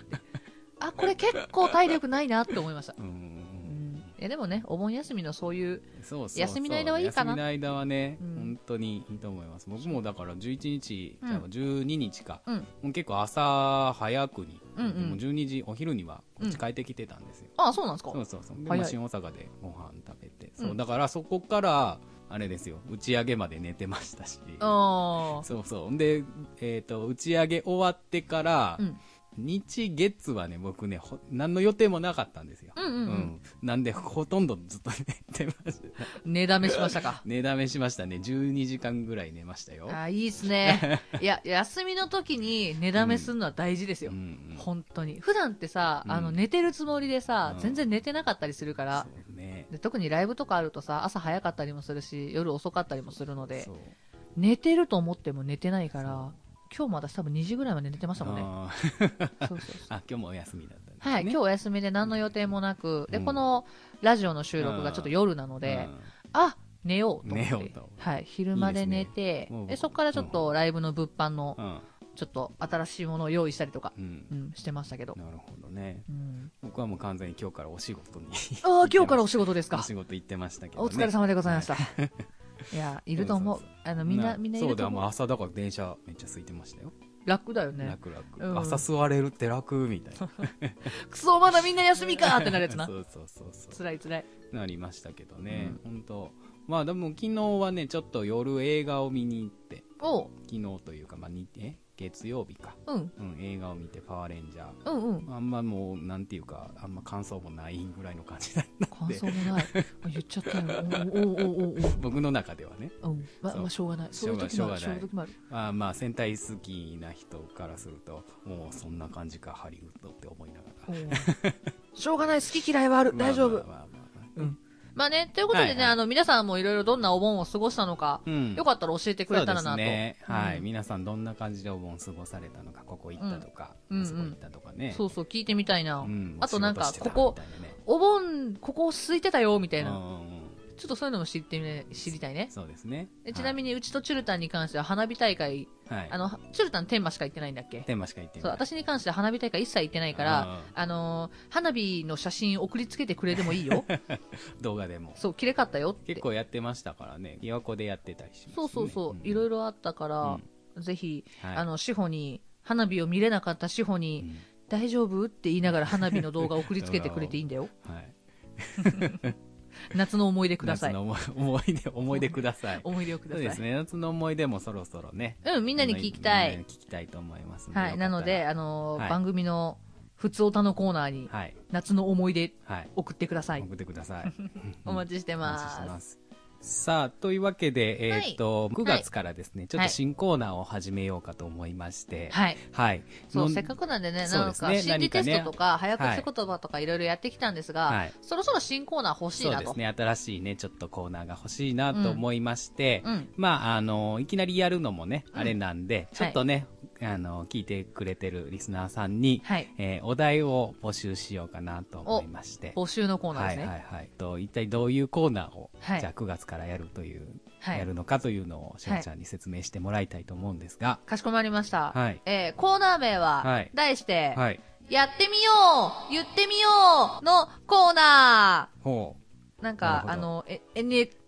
S1: あ、これ結構体力ないなって思いました。
S2: うんうん
S1: う
S2: うん
S1: ん、いやでもね、お盆休みのそういう、
S2: そうそうそう
S1: 休みの間はいいかな
S2: 休みの間はね、
S1: うん
S2: 本当にいいと思います僕もだから11日、
S1: うん
S2: じゃあ12日か、
S1: うん
S2: もう結構朝早くに、
S1: うんうん
S2: もう12時お昼にはこっち帰ってきてたんですよ、
S1: あ、そうなんですか
S2: そうそうそうで
S1: 早い
S2: まあ新大阪でご飯食べて、
S1: う
S2: そ
S1: ん
S2: うだからそこからあれですよ打ち上げまで寝てましたし
S1: あ
S2: そうそうで、えー、と打ち上げ終わってから、
S1: あ。うん。
S2: 日月はね僕ねほ何の予定もなかったんですよ、
S1: うんうんうん
S2: なんでほとんどずっと寝てました。
S1: 寝だめしましたか
S2: 寝だめしましたね12時間ぐらい寝ましたよ、
S1: あーいいっすね。いや、休みの時に寝だめするのは大事です
S2: うん
S1: よ
S2: う。ん、
S1: 本当に。普段ってさ、
S2: うん
S1: あの、寝てるつもりでさ、
S2: うん
S1: 全然寝てなかったりするから、
S2: そうね
S1: で特にライブとかあるとさ、朝早かったりもするし、夜遅かったりもするので
S2: そ、う
S1: 寝てると思っても寝てないから
S2: そ、
S1: 今日も私多分2時ぐらいまで寝てましたもんね。
S2: あー
S1: そうそう そう
S2: あ今日もお休みだったんですね
S1: はい、今日お休みで何の予定もなく、で、
S2: うん
S1: このラジオの収録がちょっと夜なので、
S2: うん
S1: あ寝ようと思って
S2: 寝ようと
S1: はい、昼まで寝て
S2: いいですねもう
S1: でそこからちょっとライブの物販の
S2: うん
S1: ちょっと新しいものを用意したりとか、
S2: うん
S1: うん、してましたけど、
S2: なるほどね
S1: うん、
S2: 僕はもう完全に今日からお仕事に
S1: ああ今日からお仕事です
S2: お
S1: か
S2: 仕事行ってましたけど、
S1: お
S2: ね、
S1: 疲れ様でございました、いやいると思う
S2: そうそ
S1: あのみんなみんないる
S2: そう
S1: と
S2: だもう
S1: 思う
S2: 朝だから電車めっちゃ空いてましたよ、
S1: 楽だよね
S2: 楽楽、
S1: うん
S2: 朝座れるって楽みたいな
S1: クソまだみんな休みかーってなるやつな
S2: そうそうそうそう
S1: 辛い辛い
S2: なりましたけどね、
S1: うん
S2: 本当まあでも昨日はねちょっと夜映画を見に行って
S1: おう、
S2: 昨日というか、まあ、にえ月曜日か、
S1: うん、
S2: うん、映画を見て「パワーレンジャー
S1: うんうん」
S2: あんまもうなんていうかあんま感想もないぐらいの感じだった
S1: 感想もないあ言っちゃったよおうおうおうおう
S2: 僕の中ではね
S1: おううんま
S2: そう
S1: まあしょうがないそういう時
S2: しょう
S1: もあ
S2: が
S1: る
S2: な
S1: そ
S2: い
S1: ういう時もある
S2: あまあ戦隊好きな人からするともうそんな感じかハリウッドって思いながら
S1: おう しょうがない好き嫌いはあ る大丈夫
S2: まあまあまあまあまあ
S1: まあね、ということでね、
S2: はいはい
S1: あの、皆さんもいろいろどんなお盆を過ごしたのか、
S2: うん
S1: よかったら教えてくれたらなと。
S2: そうですねはい、
S1: うん
S2: 皆さんどんな感じでお盆過ごされたのかここ行ったとか、
S1: うん
S2: あそこ行ったとかね、
S1: そうそう、聞いてみたいな。
S2: うん
S1: あとなんか
S2: お仕事してた
S1: ここ
S2: みたいなね
S1: お盆、ここ空いてたよ、みたいな。
S2: うんうんうん
S1: ちょっとそういうのも知ってみ知りたいね。
S2: そうですね
S1: えちなみに、うちとチュルタンに関しては花火大会、
S2: はい、はい、
S1: あの、チュルタン天満しか行ってないんだっけ
S2: 天満しか行って
S1: そう、私に関しては花火大会一切行ってないから、あのー花火の写真送りつけてくれてもいいよ。
S2: 動画でも
S1: そう、綺麗かったよって
S2: 結。構やってましたからね琵琶湖でやってたりします、ね、
S1: そうそうそう、いろい
S2: ろ、
S1: ろあったから、ぜひ、
S2: はい
S1: あの、志保に、花火を見れなかった志保
S2: う
S1: に、
S2: ん
S1: 大丈夫って言いながら花火の動画送りつけてくれていいん だよ。
S2: はい、
S1: 夏の思い出くださ
S2: 夏
S1: い。
S2: の思い思い出思い出ください
S1: 思い出をくだ
S2: そ
S1: さ
S2: う
S1: い。
S2: ですね夏の思い出もそろそろね
S1: うん、みんなに聞きた。
S2: みんないに聞きたいと思いますで
S1: はい、なので、
S2: よか
S1: あのー
S2: はい
S1: 番組の、ふつおたのコーナーに
S2: っ、たらはい
S1: 夏の思い出
S2: はい
S1: 送ってください。
S2: 送ってください
S1: お待ちして
S2: お
S1: ま
S2: 待ち
S1: す。
S2: してますさあというわけで、え
S1: はい
S2: ーっと9月からですね、ちょっと新コーナーを始めようかと思いまして、
S1: はい。
S2: はい。
S1: そう、
S2: の
S1: せっかくなんでね、
S2: そう
S1: な
S2: で
S1: ん
S2: すね
S1: か心理テストとか、
S2: 何
S1: 早
S2: かね
S1: 口言葉とかいろいろやってきたんですが、
S2: はい
S1: そろそろ新コーナー欲しい
S2: そう
S1: な
S2: で
S1: と。
S2: すね、新しいね、ちょっとコーナーが欲しいなと思いまして、
S1: うん。
S2: まあ、あの、いきなりやるのもね、
S1: うん
S2: あれなんで、ちょっとね、あの、聞いてくれてるリスナーさんに、
S1: はい。
S2: えーお題を募集しようかなと思いまして。
S1: 募集のコーナーで
S2: は
S1: す
S2: い
S1: ね。
S2: は
S1: はい
S2: はい。と、一体どういうコーナーを、
S1: はい
S2: じゃあ9月からやるという、
S1: い。
S2: やるのかというのを、しおちゃんに説明してもらいたいと思うんですが、
S1: かしこまりました。
S2: はい
S1: えーコーナー名は、
S2: はい
S1: 題して、
S2: はい。
S1: やってみよう言ってみようのコーナ
S2: ほう。
S1: ーなん
S2: なる
S1: か、
S2: ほど
S1: あの、え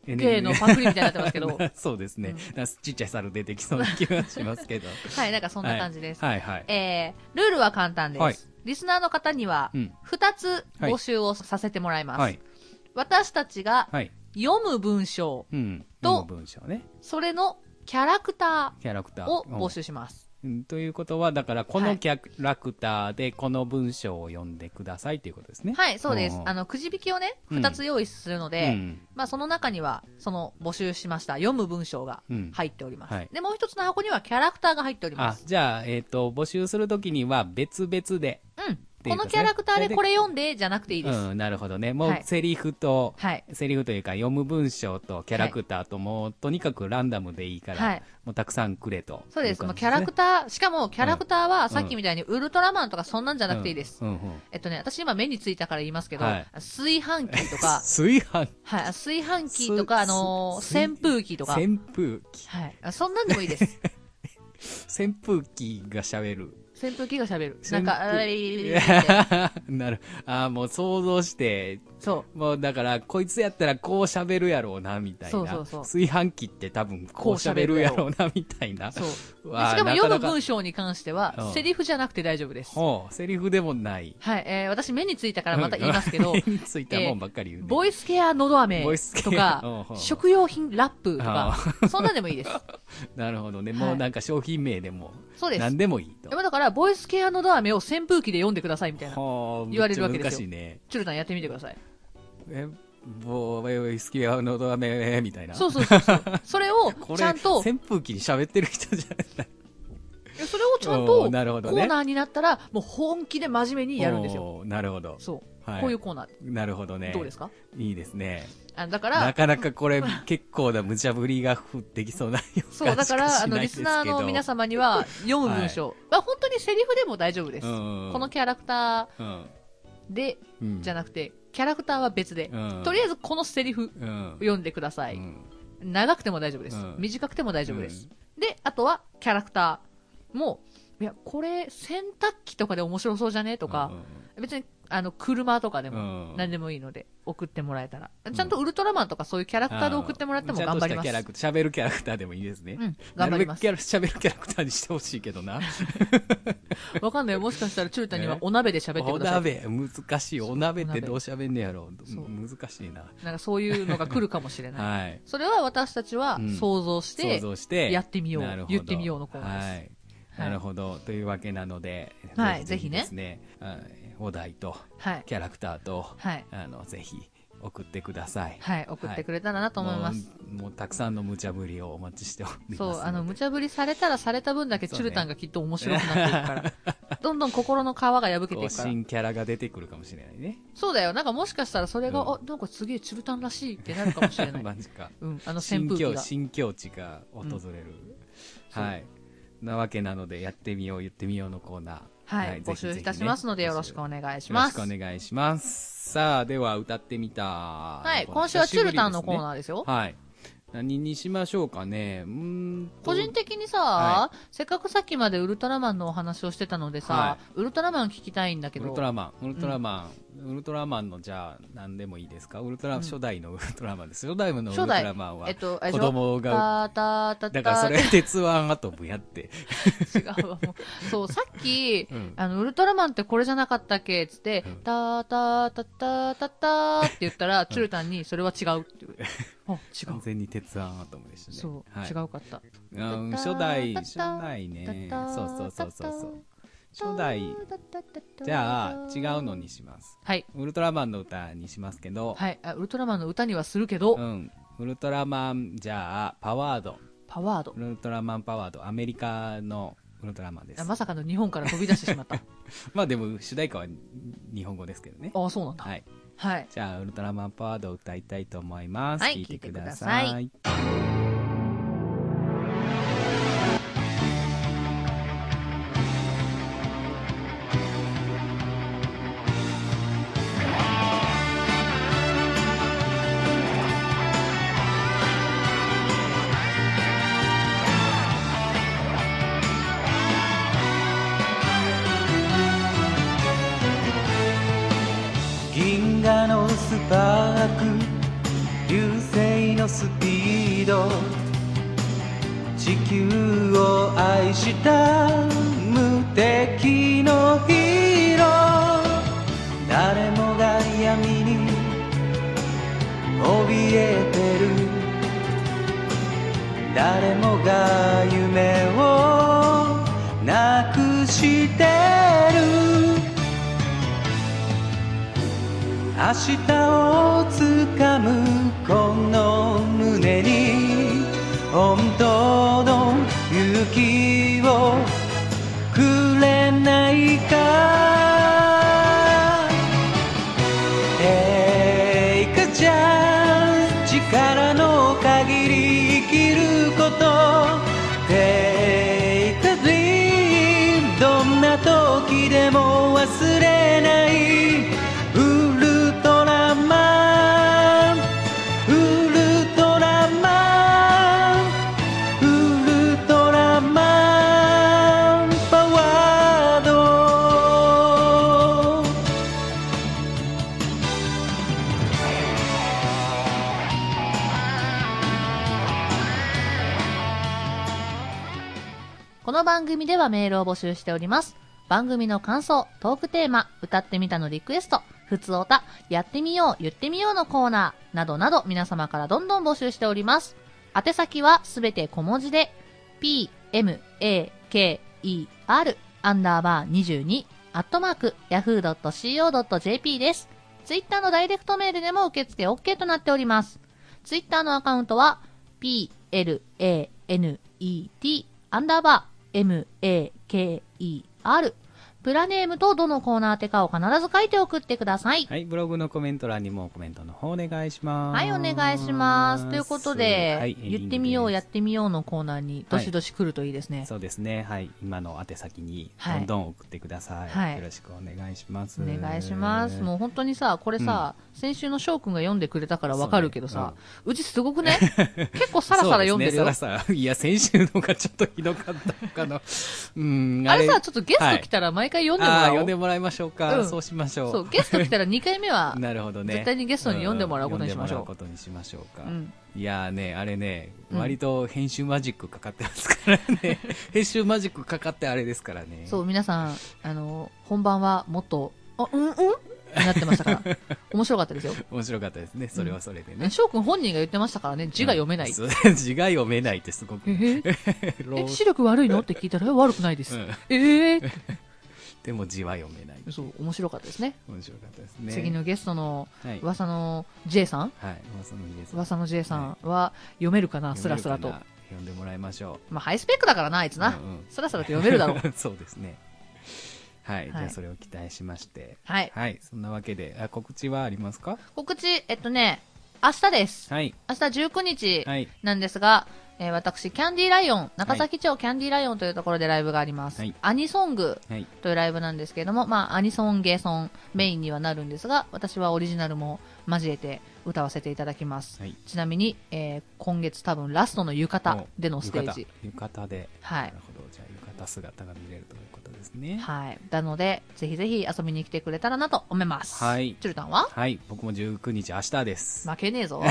S1: NHK のパクリみたいになってますけ ど、
S2: そうですね。
S1: うん
S2: なんかちっちゃい猿出てきそうな気がしますけど。
S1: はい、なんかそんな感じです。
S2: はい、はい、はい。
S1: えールールは簡単です。
S2: はい
S1: リスナーの方には
S2: う、ん。
S1: 2つ募集をさせてもらいます。
S2: はい。
S1: 私たちが
S2: はい。
S1: 読む文章、
S2: うん。
S1: と
S2: 読む文章ね。
S1: それのキャラクタ
S2: キャラクタ
S1: ー
S2: ー
S1: を募集します。
S2: うんということは、だから、こ
S1: は
S2: の
S1: い
S2: キャラクターで、この文章を読んでくださいということですね。
S1: はい、そうです
S2: う。ん
S1: あの、くじ引きをね、
S2: うん
S1: 2つ用意するの
S2: う
S1: で、
S2: ん。
S1: まあその中には、その募集しました読む文章が
S2: うん。
S1: 入っておりま
S2: はい
S1: す。で、もう一つの箱にはキャラクターが入っておりま
S2: あ、
S1: す。
S2: じゃあ、えっ、と、募集するときには、別々で。
S1: うん。
S2: てい
S1: こ
S2: う
S1: の
S2: かね
S1: キャラクターでこれ読んで、じゃなくていいです。
S2: うん、なるほどね。もう
S1: は、い
S2: セリフと、
S1: はい。
S2: セリフというか、読む文章とキャラクターと、もう、とにかくランダムでいいから、
S1: はい
S2: もうたくさんくれと。
S1: そうです。
S2: い
S1: もう
S2: 感
S1: キ
S2: じ
S1: ャラク
S2: ね
S1: ター、しかもキャラクターはさっきみたいにウルトラマンとかそんなんじゃなくていいです。
S2: うん、うんうん
S1: えっとね、私今目についたから言いますけど
S2: はい、、
S1: 炊飯器とか
S2: 炊飯器
S1: はい、炊飯器とか、
S2: す
S1: あの
S2: す
S1: ー、扇風機とか。
S2: 扇風機。
S1: はい。あそんなんでもいいです。
S2: 扇風機が喋る。
S1: 扇風機が喋る。な
S2: 扇風
S1: んか、あれって。
S2: なる。ああ、もう想像して、
S1: そ
S2: もうだから、こいつやったらこう喋るやろうな、みたいな。
S1: そうそうそう
S2: 炊飯器って多分こう喋るやろうな、みたいな。
S1: う。そう。でし
S2: わあ
S1: かも読む
S2: なかなか
S1: 文章に関して
S2: う
S1: は
S2: ん、
S1: セリフじゃなくて大丈夫です。
S2: ほう、セリフでもない。
S1: はい。えー私目についたからまた言いますけど
S2: うん、目に ついたもんばっかり言うね。
S1: ボイスケアのど飴
S2: ボイスケア
S1: と
S2: うん
S1: か
S2: う、ん
S1: 食用品ラップとか、そんなんでもいいです。
S2: なるほどね。
S1: はい
S2: もうなんか商品名でも、
S1: そうです。
S2: 何
S1: で
S2: でもいいと。
S1: もだから、ボイスケアのど飴を扇風機で読んでくださいみたいな。
S2: ほう、
S1: 言われるわけですよ
S2: めっちゃ難しいね。
S1: チュルタンやってみてください。
S2: え、ボイスケアのどめ、みたいな。
S1: そうそうそう そう。それを
S2: こ、れ
S1: ちゃんと、
S2: 扇風機に喋ってる人じゃない
S1: いやそれをちゃん
S2: お
S1: と
S2: ーなるほどね
S1: コーナーになったら、もう本気で真面目にやるんですよ。
S2: おーなるほど。
S1: そう、
S2: はい
S1: こういうコーナーで
S2: なるほどね。
S1: どうですか、
S2: いいですね。
S1: あだか
S2: な
S1: ら、
S2: かなかこれ、結構な無茶ぶりが降ってきそうな予感
S1: そう、だから、あの、リスナーの皆
S2: さ
S1: 様には、読む文章、まあ、本当にセリフでも大丈夫です。
S2: うん
S1: このキャラクタ
S2: うん
S1: ーで、
S2: うん。
S1: じゃなくて、キャラクターは別で、
S2: うん
S1: とりあえずこのセリフ、
S2: うん。
S1: 読んでください、
S2: うん
S1: 長くても大丈夫です、
S2: うん
S1: 短くても大丈夫です。で、あとは、キャラクターも、いや、これ、洗濯機とかで面白そうじゃねとか、別に、あの、車とかで
S2: うん
S1: も、
S2: うん、
S1: 何
S2: で
S1: でもいいので、送ってもらえたら。ちゃんとウルトラマンとかそういうキャラクターで送ってもらっても頑張りま
S2: キャラ
S1: す。
S2: クター、喋るキャラクターでもいいですね。
S1: うん、頑張ります。
S2: なるべくキャラ喋るキャラクターにしてほしいけどな。
S1: わかんないよ。もしかしたら、チュルタには
S2: ね
S1: お鍋で喋って
S2: お
S1: ください。
S2: 鍋、難しい。お鍋ってどう喋んねやろう。
S1: そう
S2: 難しいな。
S1: なんかそういうのが来るかもしれない。
S2: はい。
S1: それは私たちは
S2: うん
S1: 想像し
S2: 想
S1: て、
S2: 像して、
S1: やってみよう
S2: なるほど
S1: 言ってみようのコーナーです
S2: はい
S1: はい
S2: なるほど。というわけなので、
S1: はい
S2: で
S1: ぜ
S2: す
S1: ひ
S2: ね。はいお題と、
S1: はい。
S2: キャラクターと、
S1: はい。
S2: あの、ぜひ、送ってください。
S1: はい。送ってくれたらなと思います。
S2: もう。もうたくさんの無茶ぶりをお待ちしておりますので。
S1: そう、あの、無茶ぶりされたらされた分だけチュルタンがきっと面白くなっていくから。どんどん心の皮が破けて
S2: こ
S1: いうくから。
S2: 新キャラが出てくるかもしれないね。
S1: そうだよ。なんかもしかしたらそれが、
S2: うん
S1: あ、なんかすげえチュルタンらしいってなるかもしれない。
S2: マジか。
S1: うん、あの扇
S2: 新
S1: 風機
S2: 境
S1: が。
S2: 新境地が訪れる、
S1: うん
S2: はいなわけなのでやってみよう言ってみようのコーナー
S1: はい、募集いたしますのでよろしくお願いします。
S2: よろしくお願いしますさあ、では歌ってみた。は
S1: はい、今週はチュルタンのコー
S2: ー。
S1: ナーですよ。
S2: はい。何にしましょうかね。うーんと
S1: 個人的にさ、
S2: は
S1: せっかくさっきまでウルトラマンのお話をしてたのでさ、
S2: は
S1: ウルトラマン聞きたいんだけ
S2: ウ
S1: ど。
S2: ルトラマン、ウルトラマン、ウルトラマンのじゃあ何でもいいですかウルトラ、
S1: うん
S2: 初代のウルトラマンです。初代のウルト
S1: 初代
S2: ラマンは
S1: えっと、あれで
S2: 子
S1: しょ
S2: 供が、
S1: たたたた
S2: だからそれ鉄腕アトムやって。
S1: 違うわ、もう。そう、さっき、
S2: うん
S1: あの、ウルトラマンってこれじゃなかったっけっつって
S2: うん、
S1: たーたーたたーたたーって言ったら、チュルタンに、それは違うって言 う。あ、違
S2: 完
S1: う。
S2: 全に鉄腕アトムでしたね。
S1: そう、
S2: はい
S1: 違うかった。
S2: うん、初代、初代ね。そうそうそうそうそう。初代、じゃあ違うのにします。
S1: はい。
S2: ウルトラマンの歌にしますけど、
S1: はい。あウルトラマンの歌にはするけど、
S2: うん。ウルトラマン、じゃあ、パワード。
S1: パワード
S2: ウ。ルトラマンパワード、アメリカのウルトラマンです。
S1: あまさかの日本から飛び出してしま った。
S2: まあでも、主題歌は日本語ですけどね。
S1: ああ、そうなんだ。
S2: はい。
S1: はい。
S2: じゃあ、ウルトラマンパワードを歌いたいと思います。
S1: はい
S2: 聞いてくだ
S1: 聞い
S2: さい。
S3: 銀河のスパーク流星のスピード地球を愛した無敵のヒーロー誰もが闇に怯えてる誰もが夢をなくしてる明日をつかむこの胸に本当の勇気をくれないか Take a chance 力の限り生きること Take a dream どんな時でも忘れないウルトラマンウルトラマンウルトラマンパワード
S1: この番組ではメールを募集しております。番組の感想、トークテーマ、歌ってみたのリクエスト、ふつおた、やってみよう、言ってみようのコーナー、などなど皆様からどんどん募集しております。宛先はすべて小文字で、p, m, a, k, e, r, アンダーバー22、アットマーク、yahoo.co.jp です。ツイッターのダイレクトメールでも受付 OK となっております。ツイッターのアカウントは、planet アンダーバー maker プラネームとどのコーナー宛てかを必ず書いて送ってください。
S2: はい、ブログのコメント欄にもコメントの方お願いしま
S1: は
S2: す。
S1: い、お願いします。ということで、
S2: はい
S1: 言ってみよう、やっ
S2: エンディングです
S1: てみようのコーナーに、どしどし来るといいですね。
S2: そうですね、はい、今の宛先に
S1: は
S2: ど
S1: い
S2: んどん送ってください。
S1: はい
S2: よろしくお願いします。
S1: お願いします。もう本当にさ、これさ、先週の翔くんが読んでくれたからわかるけどさ、うちすごくね、 結構サラサラ読んでる
S2: そう
S1: よ。
S2: すね、さらさら。いや、先週のがちょっとひどかったかな。うん、
S1: あれさ、ちょっとゲスト来たら毎回読んでもら
S2: ああー
S1: おう。
S2: 読んでもらいましょうか、
S1: うん
S2: そうしましょう、
S1: そう、ゲスト来たら2回目は
S2: なるほどね
S1: 絶対にゲストに読んでもらうことにしましょう
S2: 読んでもらうことにしましょうか、
S1: うん
S2: いやーねあれね
S1: うん
S2: 割と編集マジックかかってますから ね、編集マジックかかってあれですからね
S1: そう、皆さん、あの、本番はもっと、あ、うんうんってなってました から、面白かったですよ。
S2: 面白かったですねそれはそれでね、
S1: ね、翔くん本人が言ってましたからね、字が読めない。
S2: そう 字が読めないってすごく、
S1: ええ
S2: ロ
S1: え、
S2: ー
S1: 視力悪いのって聞いたら、え悪くないです。
S2: うん
S1: ええ
S2: でも字は読めない
S1: そう、面白かったですね。
S2: 面白かったですね
S1: 次のゲストの、
S2: はい、はい
S1: 噂の J さん
S2: 噂の家さん
S1: 噂の J さんは読めるかな、ス
S2: 読め
S1: ラ
S2: る
S1: ス
S2: かな
S1: ラと。
S2: 読んでもらいましょ
S1: まあ、ハイスペックだからな、あいつ
S2: う
S1: な
S2: うん。うん
S1: スラスラと読めるだ ろう。
S2: そうですねはい、
S1: はい
S2: じゃあそれを期待しまして
S1: はい。
S2: はいそんなわけであ告知はありますか
S1: 告知、えっとね、明日です。
S2: はい
S1: 明日19日
S2: はい
S1: なんですが、えー私、キャンディーライオン、中崎町キャンディーライオンというところでライブがあります。
S2: はい
S1: アニソング
S2: はい。
S1: というライブなんですけれども、まあ、アニソン、ゲーソンメインにはなるんですが、私はオリジナルも交えて歌わせていただきます。
S2: はい
S1: ちなみに、えー今月多分ラストの浴衣でのステージ。
S2: 浴衣浴衣で。
S1: はい
S2: なるほど。じゃあ、浴衣姿が見れるということですね。
S1: はい。なので、ぜひぜひ遊びに来てくれたらなと思います。
S2: はい
S1: チュルタンは
S2: はい。僕も19日、明日です。
S1: 負けねえ ぞ。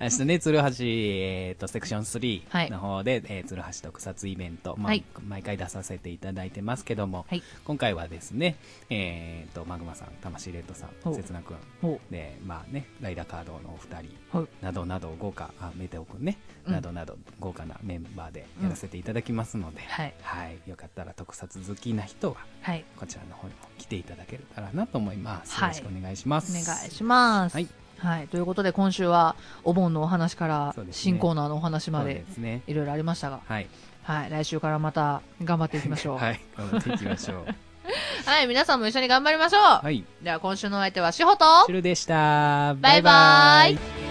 S2: 明日ね、鶴橋、えっ、と、セクション
S1: はい
S2: 3の方で、えー鶴橋特撮イベント、まあ
S1: はい
S2: 毎回出させていただいてますけども、
S1: はい
S2: 今回はですね、えっ、と、マグマさん、魂レッドさ、
S1: ほうん
S2: 刹那くん、
S1: ほ
S2: で、まあね、ライダーカードのお二人、
S1: う。はい。
S2: などなど豪華、あ、メテオくんね、
S1: うん
S2: などなど豪華なメンバーでやらせていただきますので、
S1: はい。
S2: はい、よかったら特撮好きな人は、
S1: はい。
S2: こちらの方にも来ていただけたらなと思います。
S1: はい
S2: よろしくお願いしま
S1: お
S2: す。
S1: 願いします。
S2: はい。
S1: はい。ということで、今週は、お盆のお話から
S2: そう、ですね
S1: 新コーナーのお話ま
S2: そう
S1: で
S2: で、すね。
S1: いろいろありましたが、
S2: はい。
S1: はい。来週からまた、頑張っていきましょう。
S2: は い。頑張っていきましょう。
S1: はい。皆さんも一緒に頑張りましょう。
S2: はい。
S1: では、今週のお相手は、しほと、
S2: シュルでした。
S1: バイバイ。